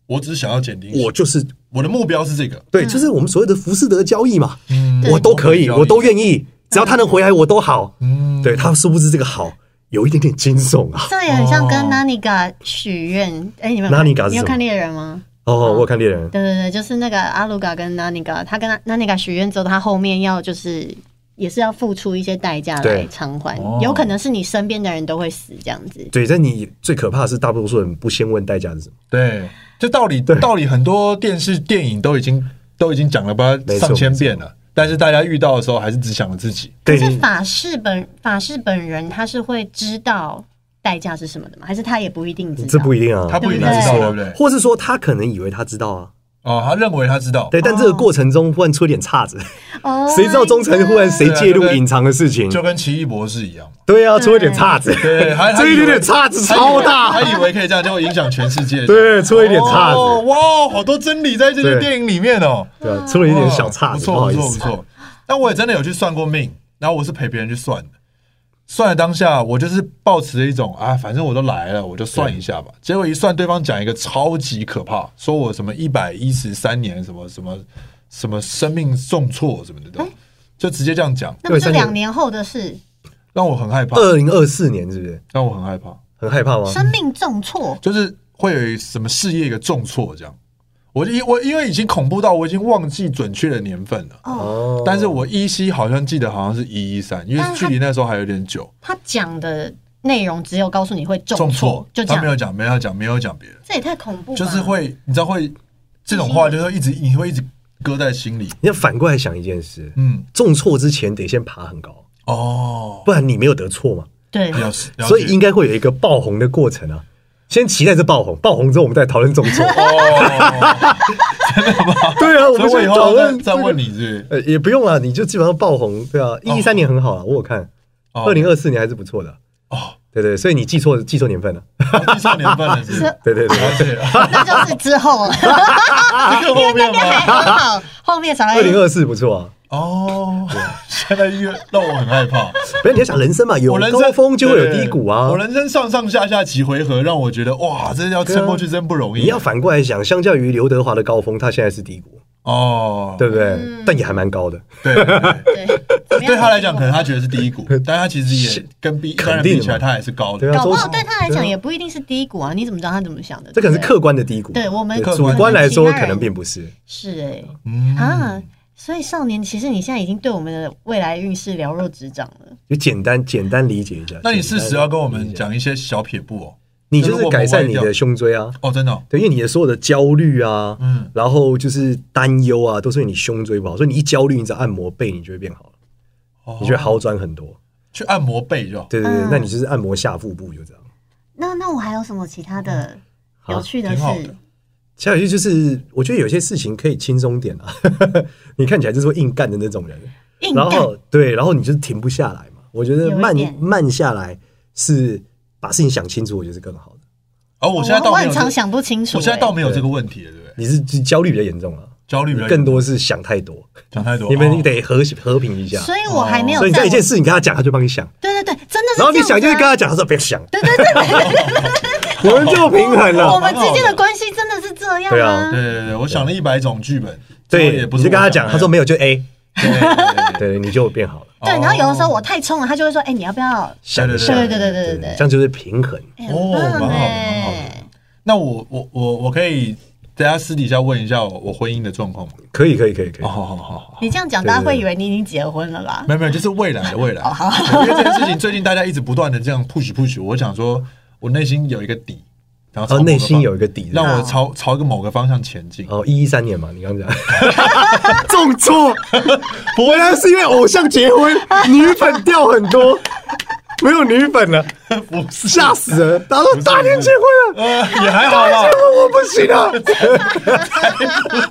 Speaker 5: 我只是想要减低
Speaker 1: 我
Speaker 5: 我
Speaker 1: 就是
Speaker 5: 我的目标是这个。
Speaker 2: 嗯
Speaker 1: 对，就是我们所谓的浮士德交易嘛，
Speaker 5: 嗯
Speaker 1: 我都可以，
Speaker 5: 对
Speaker 1: 我都愿
Speaker 2: 嗯
Speaker 1: 意，只要他能回来，我都好。
Speaker 5: 嗯
Speaker 1: 对他殊不知这个好有一点点惊悚啊。
Speaker 2: 这也很像跟
Speaker 5: 哦
Speaker 2: Naniga 许愿。哎，你们有
Speaker 1: Naniga 是
Speaker 2: 你
Speaker 1: 什
Speaker 2: 有
Speaker 1: 么
Speaker 2: 看猎人吗？
Speaker 1: 哦，我有看猎人，
Speaker 2: 对对对，就是那个阿鲁嘎跟 Naniga，他跟 Naniga 许愿之后，他后面要就是也是要付出一些代价来
Speaker 1: 对
Speaker 2: 偿还
Speaker 5: 哦，
Speaker 2: 有可能是你身边的人都会死这样子。
Speaker 1: 对，但你最可怕的是大多数人不先问代价是什么。
Speaker 5: 对，这道理道理很多电视电影都已经都已经讲了不知道
Speaker 1: 没错
Speaker 5: 上千遍了，但是大家遇到的时候还是只想着自己。
Speaker 1: 对
Speaker 2: 可，是法师本法师本人他是会知道代价是什么的吗？还是他也不一定知道？
Speaker 1: 这不一定啊，
Speaker 5: 他不一定
Speaker 2: 对不
Speaker 5: 知
Speaker 2: 对
Speaker 5: 道，对不对？
Speaker 1: 或是说他可能以为他知道啊，
Speaker 5: 哦，他认为他知道，
Speaker 1: 对，但这个过程中忽然出一点岔子，
Speaker 2: 哦
Speaker 1: 谁知道忠诚忽然谁介入
Speaker 5: 对啊对啊
Speaker 1: 隐藏的事情？
Speaker 5: 就跟奇异博士一样嘛。
Speaker 1: 对啊，出了一点岔子，
Speaker 5: 对，还
Speaker 1: 这一点点岔子超大，
Speaker 5: 他以为他以为可以这样就会影响全世界。
Speaker 1: 对，出了一点岔
Speaker 5: 哦
Speaker 1: 子，
Speaker 5: 哇，好多真理在这些
Speaker 1: 对
Speaker 5: 电影里面哦。
Speaker 1: 对啊，出了一点小岔
Speaker 5: 不
Speaker 1: 子，
Speaker 5: 错
Speaker 1: 不好
Speaker 5: 不
Speaker 1: 意
Speaker 5: 哦错不
Speaker 1: 思，
Speaker 5: 错。但我也真的有去算过命，然后我是陪别人去算的。算了当下，我就是抱持着一种啊，反正我都来了，我就算一下吧。结果一算，对方讲一个超级可怕，说我什么一百一十三年什么什么什么生命重挫什么的都，就直接这样讲，
Speaker 2: 那不是两年后的事，
Speaker 5: 让我很害怕，
Speaker 1: 二零二四年是不是
Speaker 5: 让我很害怕，
Speaker 1: 很害怕吗？
Speaker 2: 生命重挫。
Speaker 5: 就是会有什么事业一个重挫这样。我就因我因为已经恐怖到我已经忘记准确的年份了，
Speaker 1: 哦
Speaker 5: 但是我依稀好像记得好像是一一三，因为
Speaker 2: 但是
Speaker 5: 距
Speaker 2: 他
Speaker 5: 离那时候还有点久。
Speaker 2: 他讲的内容只有告诉你会重
Speaker 5: 重
Speaker 2: 挫
Speaker 5: 挫，，
Speaker 2: 就这
Speaker 5: 他没有
Speaker 2: 样，
Speaker 5: 讲，没有讲，没有讲别人，
Speaker 2: 这也太恐怖了。
Speaker 5: 就是会，你知道会这种
Speaker 2: 嗯
Speaker 5: 话，就是会一直你会一直搁在心里。
Speaker 1: 你要反过来想一件事，
Speaker 5: 嗯，
Speaker 1: 重挫之前得先爬很高，
Speaker 5: 哦，
Speaker 1: 不然你没有得错嘛，
Speaker 2: 对，
Speaker 5: 了解，了解
Speaker 1: 所以应该会有一个爆红的过程啊。先期待这爆红，爆红之后我们再讨论重 挫。
Speaker 5: 哦，
Speaker 1: 对 啊，我
Speaker 5: 所
Speaker 1: 们
Speaker 5: 以我以
Speaker 1: 先
Speaker 5: 后
Speaker 1: 讨
Speaker 5: 要
Speaker 1: 论
Speaker 5: 啊再再问你是不是
Speaker 1: 呃，也不用了，你就基本上爆红，对啊，一三年很好啊，我有看，
Speaker 5: 哦
Speaker 1: 二零二四年还是不错的，
Speaker 5: 哦，
Speaker 1: 对对，所以你记错记错年份了，
Speaker 5: 我记错年份了，是不是
Speaker 1: 对对对，
Speaker 5: 了解了，
Speaker 2: 那就是之后 了。
Speaker 5: 这个后面吗？
Speaker 2: 好，后面才
Speaker 1: 二零二四不错啊，
Speaker 5: 哦， 现在越让我很害怕。
Speaker 1: 不是你要想人生嘛，有
Speaker 5: 我人生
Speaker 1: 高峰就会有低谷啊
Speaker 5: 对我，人生上上下下几回合，让我觉得哇，这要撑过去真不容易。
Speaker 1: 啊
Speaker 5: 啊
Speaker 1: 你要反过来想，相较于刘德华的高峰，他现在是低谷，
Speaker 5: 哦，
Speaker 1: 对不对？但也还蛮高的，
Speaker 5: 对对对
Speaker 2: 对，怎么样
Speaker 5: 对他来讲，可能他觉得是低谷，但他其实也跟比一般人
Speaker 1: 肯定的
Speaker 5: 比
Speaker 1: 嘛
Speaker 5: 起来，他还是高
Speaker 1: 对
Speaker 5: 的。
Speaker 1: 啊，
Speaker 2: 搞不好
Speaker 1: 周
Speaker 2: 对他来讲
Speaker 1: 对啊
Speaker 2: 也不一定是低谷啊。你怎么知道他怎么想的？
Speaker 1: 这可能是
Speaker 2: 对不对
Speaker 1: 客观的低谷，
Speaker 2: 对我们
Speaker 1: 主
Speaker 2: 可
Speaker 1: 观
Speaker 2: 能
Speaker 1: 来
Speaker 2: 其
Speaker 1: 说可
Speaker 2: 他
Speaker 1: 能
Speaker 2: 人
Speaker 1: 并不是，
Speaker 2: 是哎
Speaker 5: 嗯
Speaker 2: 啊，所以少年，其实你现在已经对我们的未来运势了若指掌了。
Speaker 1: 就简单简单理解一下。
Speaker 5: 那你
Speaker 1: 简
Speaker 5: 适
Speaker 1: 单
Speaker 5: 时要跟我们讲一些小撇步哦。
Speaker 1: 你就是改善你的胸椎啊，
Speaker 5: 哦，真的哦
Speaker 1: 对，因为你的所有的焦虑啊，
Speaker 5: 嗯
Speaker 1: 然后就是担忧啊，都是因为你胸椎不好，所以你一焦虑，你只要按摩背，你就会变好了，
Speaker 5: 哦，
Speaker 1: 你就会好转很多。
Speaker 5: 去按摩背就好。
Speaker 1: 对对对，
Speaker 2: 嗯
Speaker 1: 那你就是按摩下腹部就这样。
Speaker 2: 那那我还有什么其他的
Speaker 1: 好
Speaker 2: 有趣的
Speaker 5: 挺好
Speaker 2: 事
Speaker 5: 的？
Speaker 1: 下一句就是，我觉得有些事情可以轻松点啊。 你看起来就是会硬干的那种人，
Speaker 2: 硬
Speaker 1: 然
Speaker 2: 干
Speaker 1: 后对，然后你就是停不下来嘛。我觉
Speaker 2: 有
Speaker 1: 得
Speaker 2: 一
Speaker 1: 慢
Speaker 2: 点
Speaker 1: 慢下来是把事情想清楚，我觉得是更好的。
Speaker 5: 哦，我现在
Speaker 2: 我
Speaker 5: 倒没
Speaker 2: 很
Speaker 5: 有这，
Speaker 2: 常想不清楚、
Speaker 5: 我现在倒
Speaker 2: 欸
Speaker 5: 没有这个问题了，对不对？
Speaker 1: 你是焦虑比较严重啊，
Speaker 5: 焦虑比较
Speaker 1: 更多是想太多，
Speaker 5: 讲太多，
Speaker 1: 你
Speaker 5: 哦
Speaker 1: 们得和和平一下。
Speaker 2: 所以我还没有
Speaker 1: 哦所以你在一件
Speaker 2: 我
Speaker 1: 事情跟他讲，他就帮你想，
Speaker 2: 对对对，真的是这样子
Speaker 1: 然
Speaker 2: 啊。
Speaker 1: 后你想就是跟他讲，他说不要想，
Speaker 2: 对对对对对
Speaker 1: 我们就平衡
Speaker 2: 对，
Speaker 1: 了。
Speaker 2: 我们之间的关系真的是这样
Speaker 1: 对啊
Speaker 5: 对对对对，我想了一百种剧本，最后
Speaker 1: 对，
Speaker 5: 也
Speaker 1: 你
Speaker 5: 不
Speaker 1: 就是跟他
Speaker 5: 我
Speaker 1: 讲，
Speaker 5: 的
Speaker 1: 他说没有就 A，
Speaker 5: 对对对对对
Speaker 1: 对，你就变好了。
Speaker 2: 对，然后有的
Speaker 5: 哦
Speaker 2: 时候我太冲了，他就会说：“哎，你要不要
Speaker 1: 想一下，
Speaker 2: 对对对对对对
Speaker 1: 这样就是平衡。？”
Speaker 2: 哎，
Speaker 5: 哦蛮好的
Speaker 2: 很棒
Speaker 5: 蛮好的
Speaker 2: 哎。
Speaker 5: 那我我我我可以大家私底下问一下我我婚姻的状况吗？
Speaker 1: 可以，可以，可以，可以
Speaker 5: 哦，。好好好好，
Speaker 2: 你这样讲，
Speaker 1: 对对
Speaker 2: 大家会以为你已经结婚了吧？
Speaker 5: 没有没有，就是未来的未 来，
Speaker 1: 啊
Speaker 5: 因为这件事情最近大家一直不断的这样 push push，我想说我内心有一个底，然后朝
Speaker 1: 然后
Speaker 5: 某个
Speaker 1: 哦内心
Speaker 5: 方
Speaker 1: 有一个底，
Speaker 5: 让我朝朝一个某个方向前进。
Speaker 1: 哦，一一三年嘛，你刚刚讲重挫，不会，那是因为偶像结婚，女粉掉很多，没有女粉了，
Speaker 5: 不是
Speaker 1: 吓死人！大家都大年结婚了，
Speaker 5: 呃， 也还
Speaker 1: 大
Speaker 5: 好 啦
Speaker 1: 年结。啊婚我不行 了，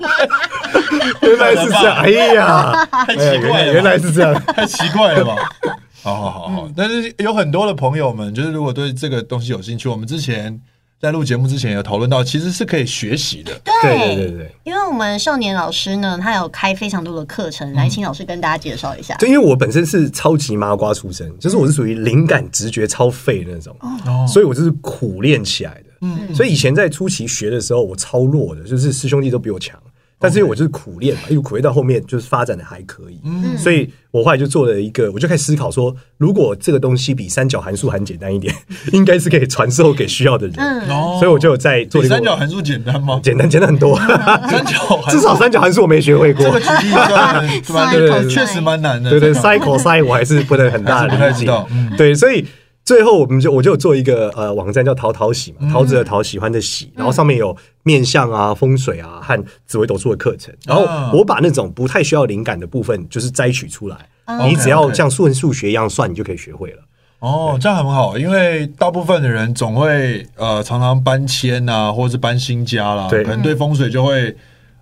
Speaker 1: 原来是这样，哎呀，
Speaker 5: 太
Speaker 1: 哎呀
Speaker 5: 奇
Speaker 1: 原
Speaker 5: 怪
Speaker 1: 来
Speaker 5: 了吧，
Speaker 1: 原来是这样，
Speaker 5: 太奇怪了吧？ 嗯好好好好，但是有很多的朋友们，就是如果对这个东西有兴趣，我们之前在录节目之前有讨论到，其实是可以学习的。
Speaker 1: 对对对对。
Speaker 2: 因为我们少年老师呢，他有开非常多的课程，来请老师跟大家介绍一下。
Speaker 1: 嗯对，因为我本身是超级麻瓜出身，就是我是属于灵感直觉超废的那种，
Speaker 5: 哦
Speaker 1: 所以我就是苦练起来的。嗯，所以以前在初期学的时候，我超弱的，就是师兄弟都比我强，但是因为我就是苦练嘛，一路苦练到后面就是发展的还可以，嗯，所以我后来就做了一个，我就开始思考说，如果这个东西比三角函数还简单一点， 应该是可以传授给需要的人，
Speaker 2: 嗯，
Speaker 5: 哦
Speaker 1: 所以我就有在做
Speaker 5: 比
Speaker 1: 了一个
Speaker 5: 三角函数简单吗？
Speaker 1: 简单简单很 多，
Speaker 5: 三角函
Speaker 1: 至
Speaker 5: 数
Speaker 1: 少三角函数我没学会过
Speaker 5: 这。个举例算是 蛮
Speaker 2: 对
Speaker 1: 对对
Speaker 5: 确实蛮难的。
Speaker 1: 对对
Speaker 5: 三角
Speaker 1: ，cycle cycle 我还是不能很大的
Speaker 5: 还是
Speaker 1: 理
Speaker 5: 不太知
Speaker 1: 解
Speaker 5: 道嗯。
Speaker 1: 对，所以最后我们就我就有做一个呃网站叫淘淘喜
Speaker 5: 嗯
Speaker 1: 嘛，桃子的桃，喜欢的喜，然后上面有面相啊、风水啊和紫微斗数的课程，然
Speaker 5: 啊
Speaker 1: 后我把那种不太需要灵感的部分就是摘取出来，你
Speaker 5: OK，
Speaker 1: 只要
Speaker 5: OK
Speaker 1: 像数数学一样算，你就可以学会了。
Speaker 5: 哦，这样很好，因为大部分的人总会呃常常搬迁啊，或者是搬新家啦，
Speaker 1: 对
Speaker 5: 可能对风水就会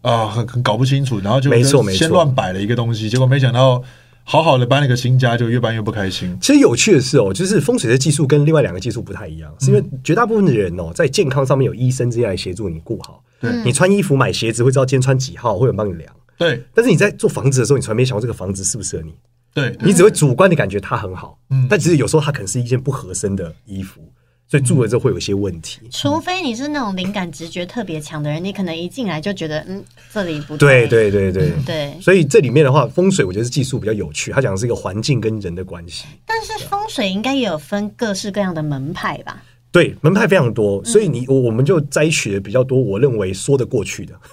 Speaker 5: 啊、呃很很搞不清楚，然后就
Speaker 1: 没错
Speaker 5: 就
Speaker 1: 没错
Speaker 5: 先乱摆了一个东西，结果没想到好好的搬了个新家，就越搬越不开心。
Speaker 1: 其实有趣的是哦，就是风水的技术跟另外两个技术不太一
Speaker 5: 嗯
Speaker 1: 样，是因为绝大部分的人哦，在健康上面有医生这些来协助你顾好。
Speaker 5: 对
Speaker 1: 你穿衣服、买鞋子会知道今天穿几号，会有人帮你量。
Speaker 5: 对
Speaker 1: 但是你在做房子的时候，你从来没想过这个房子适不适合你，
Speaker 5: 对
Speaker 1: 你
Speaker 5: 对，
Speaker 1: 只会主观的感觉它很好，
Speaker 5: 嗯
Speaker 1: 但其实有时候它可能是一件不合身的衣服，所以住了之后会有一些问题。
Speaker 5: 嗯
Speaker 2: 除非你是那种灵感直觉特别强的人，你可能一进来就觉得，嗯，这里不
Speaker 1: 对对对对
Speaker 2: 对
Speaker 1: 所以这里面的话，风水我觉得是技术比较有趣，它讲的是一个环境跟人的关系。
Speaker 2: 但是风水应该也有分各式各样的门派吧？
Speaker 1: 对门派非常多，所以你我我们就摘取了比较多，我认为说得过去的，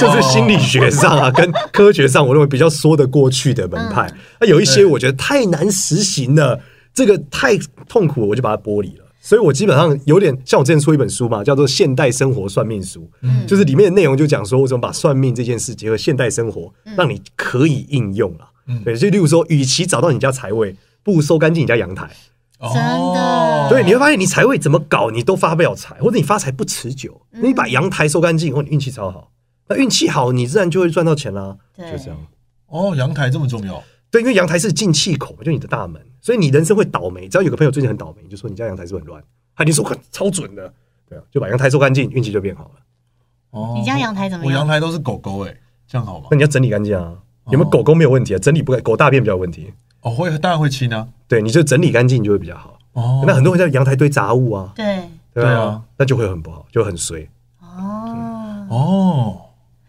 Speaker 1: 就是心理学上啊跟科学上，我认为比较说得过去的门派。那有一些我觉得太难实行了，这个太痛苦了，我就把它剥离了。所以我基本上有点像我之前出一本书嘛，叫做《现代生活算命书》，就是里面的内容就讲说，我怎么把算命这件事结合现代生活，让你可以应用了。对，所以例如说，与其找到你家财位，不如收干净你家阳台。
Speaker 5: 哦
Speaker 2: 真的
Speaker 1: 对，你会发现你财位怎么搞，你都发不了财，或者你发财不持久。你把阳台收干净以后，你运气超好，那运气好，你自然就会赚到钱啦。
Speaker 2: 对
Speaker 1: 就这样。
Speaker 5: 哦，阳台这么重要，
Speaker 1: 对，因为阳台是进气口，就你的大门，所以你人生会倒霉。只要有个朋友最近很倒霉，你就说你家阳台是不是很乱，他就说哇超准的，对啊，就把阳台收干净，运气就变好了。
Speaker 5: 哦，
Speaker 2: 你家阳台怎么
Speaker 5: 我
Speaker 2: 样
Speaker 5: 阳台都是狗狗哎、这样好吗
Speaker 1: 那？你要整理干净啊，有没有狗狗没有问题啊，整理不干，狗大便比较有问题。
Speaker 5: 哦，会当然会亲啊。
Speaker 1: 对，你就整理干净就会比较好。
Speaker 5: 哦，
Speaker 1: 那很多人在阳台堆杂物啊，
Speaker 2: 对，
Speaker 1: 对吧
Speaker 5: 对啊，
Speaker 1: 那就会很不好，就很衰。
Speaker 2: 哦。
Speaker 1: 嗯
Speaker 5: 哦，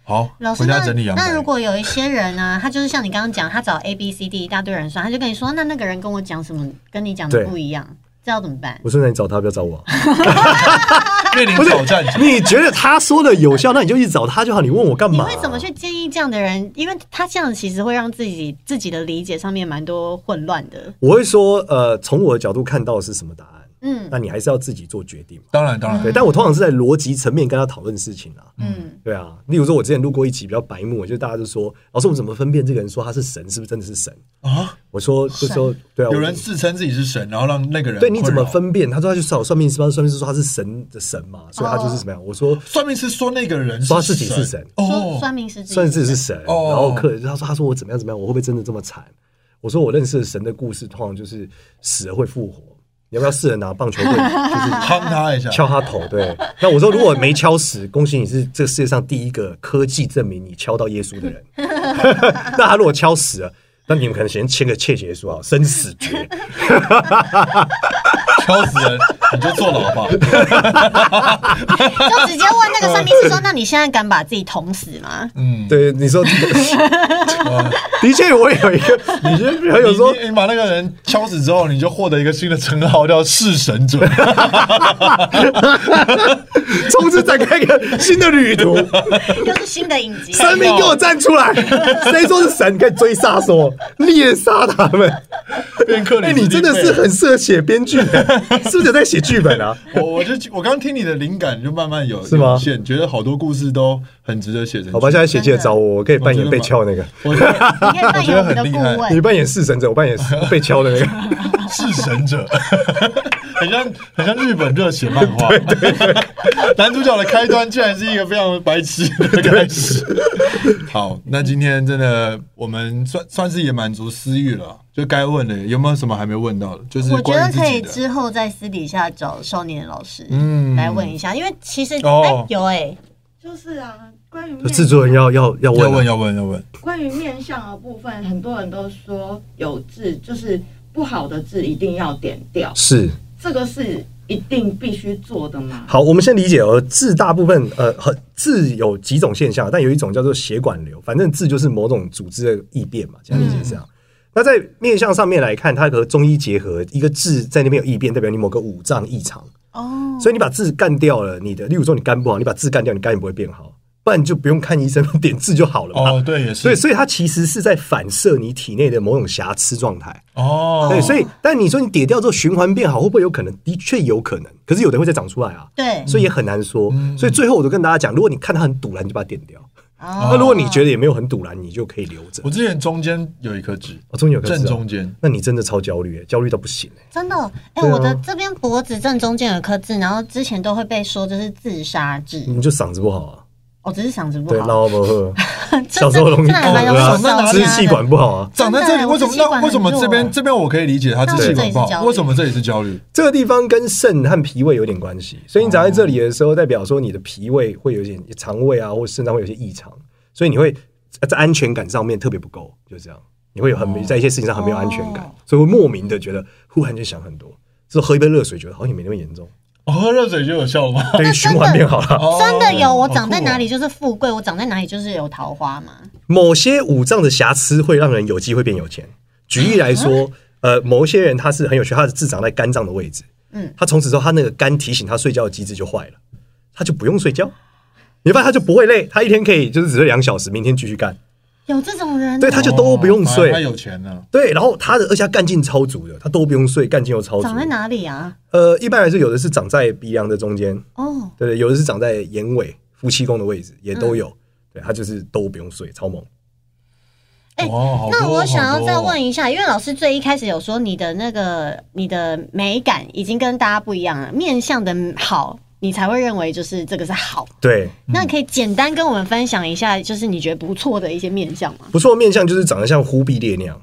Speaker 5: 好，
Speaker 2: 老师，
Speaker 5: 回家
Speaker 2: 那
Speaker 5: 整理阳台。
Speaker 2: 那如果有一些人呢、他就是像你刚刚讲，他找 A B C D 一大堆人算，他就跟你说，那那个人跟我讲什么，跟你讲的
Speaker 1: 对
Speaker 2: 不一样，这要怎么办？
Speaker 1: 我说那你找他，不要找我啊。
Speaker 5: 面临
Speaker 1: 不是
Speaker 5: 挑战，
Speaker 1: 你觉得他说的有效，那你就去找他就好。你问我干
Speaker 2: 你
Speaker 1: 嘛？
Speaker 2: 会怎么？去建议这样的人？因为他这样其实会让自己自己的理解上面蛮多混乱的。
Speaker 1: 我会说，呃，从我的角度看到的是什么答案，
Speaker 2: 嗯
Speaker 1: 那你还是要自己做决定嘛。
Speaker 5: 当然当然
Speaker 1: 对，但我通常是在逻辑层面跟他讨论事情啊。
Speaker 2: 嗯，
Speaker 1: 对啊，例如说，我之前录过一集比较白目，就大家就说，老师，我们怎么分辨这个人说他是神，是不是真的是神？
Speaker 5: 啊，
Speaker 1: 我说，就说，对啊，
Speaker 5: 有
Speaker 1: 我
Speaker 5: 人自称自己是神，然后让那个人
Speaker 1: 对你
Speaker 5: 困
Speaker 1: 怎么
Speaker 5: 扰
Speaker 1: 分辨？他说他去找算命师，他算命师说他是神的神嘛，所以他就是怎么样？我说
Speaker 5: 算命师说那个人
Speaker 1: 说他自己是神
Speaker 2: 说
Speaker 5: 哦，
Speaker 2: 算命师自己
Speaker 1: 算自己是神，
Speaker 5: 哦
Speaker 1: 然后客人他说他说我怎么样怎么样，我会不会真的这么惨？我说我认识的神的故事，通常就是死了会复活，你要不要试着拿棒球棍就是
Speaker 5: 夯他一下，
Speaker 1: 敲他头？对，那我说如果没敲死，恭喜你是这个世界上第一个科技证明你敲到耶稣 的人。 那他如果敲死了，那你们可能先签个窃结书啊，生死决。
Speaker 5: 敲死人你就坐 牢吧。
Speaker 2: 就直接问那个算命师 说：“那你现在敢把自己捅死吗
Speaker 5: 嗯，
Speaker 1: 对，你说， 的确，我有一个，你觉得朋友说
Speaker 5: 你你你把那个人敲死之后，你就获得一个新的称号，叫弑神 者。
Speaker 1: 从此展开一个新的旅途，？”
Speaker 2: 又是新的影 集，
Speaker 1: 神明给我站出来，谁说是神，你可以追杀说猎杀他 们。
Speaker 5: 变克里
Speaker 1: 哎，
Speaker 5: 斯蒂
Speaker 1: 你真的是很适合写编剧 的，是不是有在写剧本啊？
Speaker 5: 我我就我刚听你的灵感就慢慢有
Speaker 1: 是吗
Speaker 5: 涌现，觉得好多故事都很值得写成。
Speaker 1: 好吧，现在写记得找 我，我可以扮演被敲那个。
Speaker 5: 我觉得
Speaker 2: 你可以扮演我们的顾
Speaker 5: 我觉得
Speaker 1: 你
Speaker 2: 问，
Speaker 1: 扮演弑神者，我扮演被敲的那 个。
Speaker 5: 弑神者， 很像很像日本热血漫 画。男主角的开端竟然是一个非常白痴的开始。 好，那今天真的我们算算是也满足私欲了，就该问的有没有什么还没问到的？就是
Speaker 2: 我觉
Speaker 5: 关
Speaker 2: 得
Speaker 5: 于自
Speaker 2: 可
Speaker 5: 己
Speaker 2: 以
Speaker 5: 的。
Speaker 2: 之后在私底下找少年老师
Speaker 5: 嗯
Speaker 2: 来问一下，因为其实
Speaker 5: 哦
Speaker 2: 哎有哎，
Speaker 6: 就是啊，关于面
Speaker 1: 制作人要要要
Speaker 5: 要问
Speaker 1: 问啊，
Speaker 5: 要问要问，
Speaker 6: 关于面相的部分，很多人都说有痣，就是不好的痣一定要点掉，
Speaker 1: 是
Speaker 6: 这个是一定必须做的吗？
Speaker 1: 好，我们先理解哦，痣大部分呃，很痣有几种现象，但有一种叫做血管瘤，反正痣就是某种组织的异变嘛，这样理解是这
Speaker 5: 嗯
Speaker 1: 样。那在面相上面来看，它和中医结合，一个痣在那边有异变，代表你某个五脏异常，
Speaker 2: 哦，
Speaker 1: 所以你把痣干掉了，你的，例如说你肝不好，你把痣干掉，你肝也不会变好，不然你就不用看医生，点痣就好了嘛。
Speaker 5: 哦，对，也是，
Speaker 1: 所以，所以它其实是在反射你体内的某种瑕疵状态。
Speaker 5: 哦，
Speaker 1: 对，所以，但你说你跌掉之后循环变好，会不会有可能？的确有可能，可是有的会再长出来啊。
Speaker 2: 对，
Speaker 1: 所以也很难说。
Speaker 5: 嗯
Speaker 1: 所以最后我就跟大家讲，如果你看它很堵然，你就把它点掉；嗯哦
Speaker 2: 那
Speaker 1: 那如果你觉得也没有很堵然，你就可以留着
Speaker 5: 我。之前中间有一颗痣，
Speaker 1: 我终于有个
Speaker 5: 正
Speaker 1: 字哦
Speaker 5: 中，间，
Speaker 1: 那你真的超焦虑耶，焦虑到不行耶
Speaker 2: 真的，哎、
Speaker 1: 对啊
Speaker 2: 我的这边脖子正中间有颗痣，然后之前都会被说这是自杀痣，
Speaker 1: 你就嗓子不好啊，
Speaker 2: 我、只是嗓子不
Speaker 1: 嗯对，啊
Speaker 2: 好，
Speaker 1: 老不喝，
Speaker 2: 这
Speaker 1: 小时候
Speaker 2: 这
Speaker 1: 容易
Speaker 2: 这还蛮
Speaker 1: 口
Speaker 2: 容
Speaker 1: 渴
Speaker 2: 易
Speaker 1: 啊
Speaker 2: 受伤的哦
Speaker 1: 支气管不好啊。
Speaker 5: 长在这里，
Speaker 2: 真的我支气
Speaker 5: 为什么？
Speaker 2: 管
Speaker 5: 那为什么
Speaker 2: 很弱欸
Speaker 5: 这边这边我可以理解他支气管不
Speaker 2: 那我这里是焦
Speaker 5: 好，
Speaker 2: 虑
Speaker 5: 为什么这里是焦虑？
Speaker 1: 这个地方跟肾和脾胃有点关系，所以你长在这里的时候，代表说你的脾胃会有一点肠胃啊，或者肾脏会有些异常，所以你会呃在安全感上面特别不够，就这样，你会有很没在一些事情上很没有安全感
Speaker 2: 哦，
Speaker 1: 所以会莫名的觉得忽然就想很多，之后喝一杯热水觉得好哦像也没那么严重，
Speaker 5: 我哦喝热水就有效吗？
Speaker 1: 等于循环变好了。
Speaker 5: 哦
Speaker 2: 真的有，我长在
Speaker 5: 好酷哦
Speaker 2: 哪里就是富贵，我长在哪里就是有桃花嘛。
Speaker 1: 某些五脏的瑕疵会让人有机会变有钱。举例来
Speaker 2: 啊
Speaker 1: 说，呃，某一些人他是很有趣，他的痣长在肝脏的位置，
Speaker 2: 嗯
Speaker 1: 嗯，他从此之后他那个肝提醒他睡觉的机制就坏了，他就不用睡觉。你发现他就不会累，他一天可以就是只睡两小时，明天继续干。
Speaker 2: 有这种人，
Speaker 1: 对，他就都不用
Speaker 5: 哦反而他
Speaker 1: 睡。
Speaker 5: 有钱呢。
Speaker 1: 对，然后他的而且他干劲超足的，他都不用睡，干劲又超足
Speaker 2: 长。在哪里啊？
Speaker 1: 呃，一般来说有的是长在鼻梁的中间，
Speaker 2: 哦，
Speaker 1: 对对，有的是长在眼尾、夫妻宫的位置，也都有。
Speaker 2: 嗯
Speaker 1: 对他就是都不用睡，超猛。
Speaker 2: 哎
Speaker 5: 哇哦好多
Speaker 2: 那我想
Speaker 1: 哦
Speaker 2: 要再
Speaker 5: 好多
Speaker 2: 问一下，因为老师最一开始有说你的那个你的美感已经跟大家不一样了，面相的好，你才会认为就是这个是好。
Speaker 1: 对，
Speaker 2: 那可以简单跟我们分享一下，就是你觉得不错的一些面相吗？
Speaker 1: 不错的面相就是长得像忽必烈那样，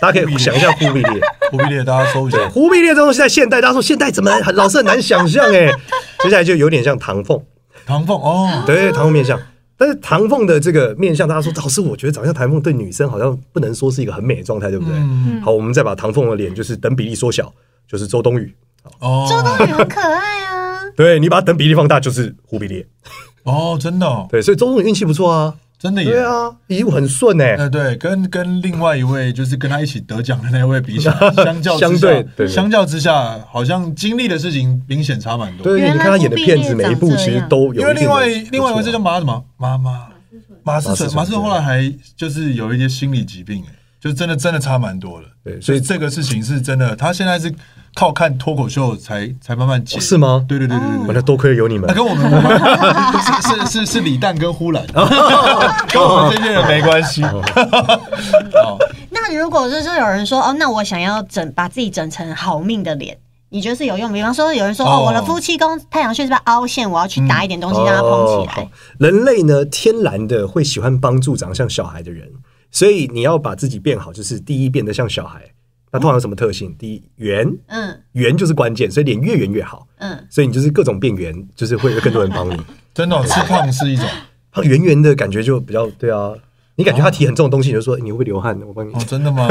Speaker 1: 大家可以想一下忽必 烈。
Speaker 5: 忽必烈，大家搜一下。
Speaker 1: 忽必烈这东西在现代，大家说现代怎么很老是很难想象哎。接下来就有点像唐凤，
Speaker 5: 唐凤哦，
Speaker 1: 对唐凤面相。但是唐凤的这个面相，大家说老师，我觉得长相唐凤对女生好像不能说是一个很美的状态，对不对？
Speaker 5: 嗯
Speaker 1: 好，我们再把唐凤的脸就是等比例缩小，就是周冬雨。
Speaker 2: 周
Speaker 5: 哦
Speaker 2: 冬雨很可爱啊，
Speaker 1: 对你把它等比例放大，就是忽必烈。
Speaker 5: 哦，真的哦
Speaker 1: 对，所以周冬雨运气不错啊，
Speaker 5: 真的耶
Speaker 1: 对。啊，一路很顺哎、
Speaker 5: 哎呃，对，跟跟另外一位就是跟他一起得奖的那位比起来，相较之下
Speaker 1: 相对对
Speaker 5: 相较之下，好像经历的事情明显差蛮多。
Speaker 1: 对，
Speaker 2: 原来
Speaker 1: 你看他演的片子，每一部
Speaker 2: 忽必烈长这
Speaker 1: 其
Speaker 2: 样
Speaker 1: 实都有一
Speaker 5: 因为
Speaker 1: 定的
Speaker 5: 另外
Speaker 1: 不错啊
Speaker 5: 另外一位这叫马什么马马马思纯，马
Speaker 1: 马思
Speaker 5: 思纯
Speaker 1: 纯
Speaker 5: 后来还就是有一些心理疾病、哎，就真的真的差蛮多的。
Speaker 1: 对所以
Speaker 5: 这个事情是真的，他现在是靠看脱口秀才才慢慢解、
Speaker 1: 哦是吗哦
Speaker 5: 对对对对
Speaker 1: 完了，
Speaker 5: 对对。
Speaker 1: 嗯多亏有你们
Speaker 5: 那。跟我们是是是是李诞跟呼兰，跟我们这些人没关系。哦，
Speaker 2: 那如果就是有人说哦，那我想要整把自己整成好命的脸，你觉得是有用？比方说有人说哦
Speaker 5: 哦
Speaker 2: 我的夫妻宫太阳穴是不是凹陷？我要去打一点东西让它
Speaker 1: 哦
Speaker 2: 蓬起来。
Speaker 1: 好人类呢，天然的会喜欢帮助长得像小孩的人，所以你要把自己变好，就是第一变得像小孩，那通常有什么特性？第一，圆，
Speaker 2: 嗯
Speaker 1: 圆就是关键，所以脸越圆越好。
Speaker 2: 嗯，
Speaker 1: 所以你就是各种变圆，就是会有更多人 帮你。
Speaker 5: 真的哦吃胖是一种，
Speaker 1: 它圆圆的感觉就比较对啊。你感觉他提很重的东西，你就说、欸你会不会流汗？我帮你
Speaker 5: 哦，。真的吗？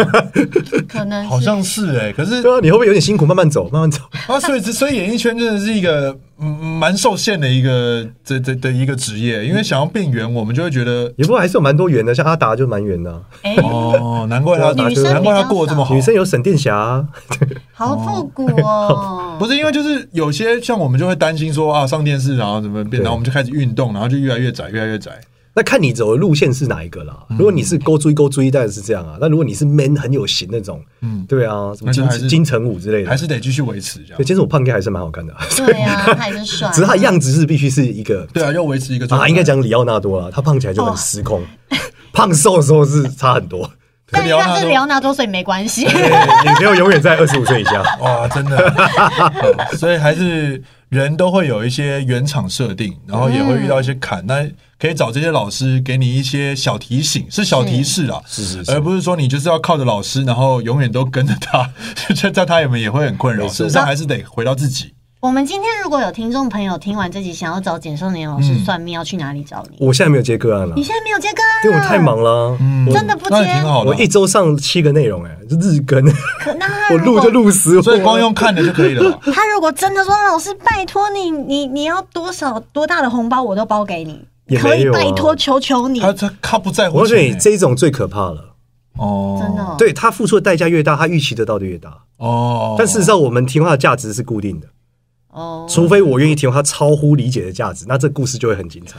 Speaker 2: 可能
Speaker 5: 好像是哎，可 是
Speaker 1: 对啊，你会不会有点辛苦？慢慢走，慢慢走。
Speaker 5: 啊，所以所以演艺圈真的是一个嗯蛮受限的一个这这的一个职业，因为想要变圆，我们就会觉得
Speaker 1: 也不过还是有蛮多圆的，像阿达就蛮圆的啊、
Speaker 2: 哎、
Speaker 5: 哦，难怪他
Speaker 2: 女生
Speaker 5: 难怪他过得这么
Speaker 2: 哦
Speaker 5: 好
Speaker 1: 女。生有沈殿霞啊、
Speaker 2: 好复古哦，
Speaker 5: 不是因为就是有些像我们就会担心说啊上电视然后怎么变，
Speaker 1: 对
Speaker 5: 然后我们就开始运动，然后就越来越窄，越来越窄。
Speaker 1: 那看你走的路线是哪一个啦。
Speaker 5: 嗯
Speaker 1: 如果你是勾追勾追，当然是这样啊。那如果你是 man 很有型那种，
Speaker 5: 嗯
Speaker 1: 对啊，什么
Speaker 5: 那就
Speaker 1: 金
Speaker 5: 还是
Speaker 1: 金城武之类的，
Speaker 5: 还是得继续维持这
Speaker 1: 对，
Speaker 5: 样。
Speaker 1: 其实我胖哥还是蛮好看 的啊、
Speaker 2: 对啊，他还是帅，
Speaker 1: 只是他的样子是必须是一个
Speaker 5: 对啊，要维持一个状态
Speaker 1: 啊，应该讲里奥纳多啦，他胖起来就很失控，
Speaker 2: 哦
Speaker 1: 胖瘦的时候是差很 多。
Speaker 2: 但是他是
Speaker 5: 里
Speaker 2: 里
Speaker 5: 奥
Speaker 2: 奥纳多，所以没关系。
Speaker 1: 对女朋友永远在二十五岁以下。
Speaker 5: 哇，真的， 嗯所以还是人都会有一些原厂设定，然后也会遇到一些坎，那、可以找这些老师给你一些小提醒，是小提示啦，
Speaker 1: 是是是
Speaker 5: 而不是说你就是要靠着老师，然后永远都跟着他， 这在他们也会很困扰。事实上，还是得回到自己。
Speaker 2: 我们今天如果有听众朋友听完这集，想要找简少年老师算命，要去哪里找你？
Speaker 1: 我现在没有接个案了
Speaker 2: 你，现在没有接歌 啊？
Speaker 1: 因为我太忙了啊。
Speaker 5: 嗯
Speaker 1: 我
Speaker 2: 真的不接
Speaker 5: 那也挺好的
Speaker 1: 我
Speaker 5: 啊、
Speaker 1: 一周上七个内容，哎，就日更，
Speaker 2: 可那 他
Speaker 1: 我
Speaker 2: 如
Speaker 1: 录
Speaker 2: 果
Speaker 1: 就录死我。
Speaker 5: 所以光用看的就可以了吧。
Speaker 2: 他如果真的说老师，拜托你，你你要多少多大的红包我都包给你，
Speaker 1: 也
Speaker 2: 可
Speaker 1: 没
Speaker 2: 以
Speaker 1: 有啊
Speaker 2: 拜托求求你，
Speaker 5: 他他他不在乎
Speaker 1: 我告诉
Speaker 5: 钱欸、
Speaker 1: 你，这种最可怕了。
Speaker 5: 哦，
Speaker 2: 真的哦
Speaker 1: 对他付出的代价越大，他预期得到的越大。
Speaker 5: 哦，
Speaker 1: 但事实上，我们听话的价值是固定的，
Speaker 2: 哦。
Speaker 1: 除非我愿意听话，他超乎理解的价值，那这故事就会很精彩。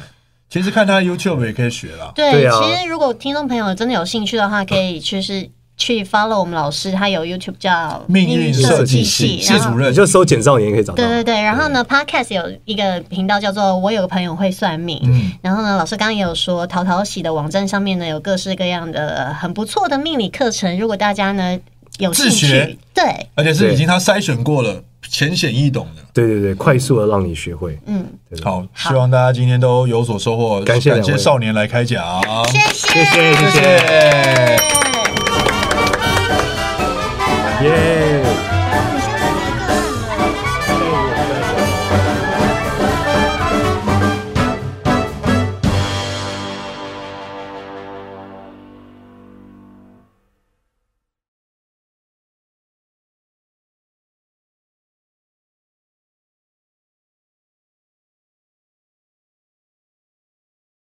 Speaker 5: 其实看他 YouTube 也可以学啦。
Speaker 2: 对，
Speaker 1: 对啊
Speaker 2: 其实如果听众朋友真的有兴趣的话，可以就是去 follow 我们老师，他有 YouTube 叫
Speaker 5: 命运设计
Speaker 2: 系
Speaker 5: 系，系
Speaker 2: 然后
Speaker 5: 主任
Speaker 1: 你就搜简少年也可以找到
Speaker 2: 对。对对，然后呢，Podcast 有一个频道叫做“我有个朋友会算命”，
Speaker 5: 嗯
Speaker 2: 然后呢，老师刚刚也有说，淘淘喜的网站上面呢有各式各样的呃很不错的命理课程，如果大家呢有兴
Speaker 5: 自
Speaker 2: 趣
Speaker 5: 学，
Speaker 2: 对，
Speaker 5: 而且是
Speaker 1: 对
Speaker 5: 已经他筛选过了，浅显易懂的。
Speaker 1: 对对对，快速的让你学会。
Speaker 2: 嗯，
Speaker 5: 好，希望大家今天都有所收获。
Speaker 1: 感谢两位
Speaker 5: 少年来开讲，
Speaker 2: 谢
Speaker 1: 谢
Speaker 2: 谢，
Speaker 1: 谢谢
Speaker 5: 谢谢。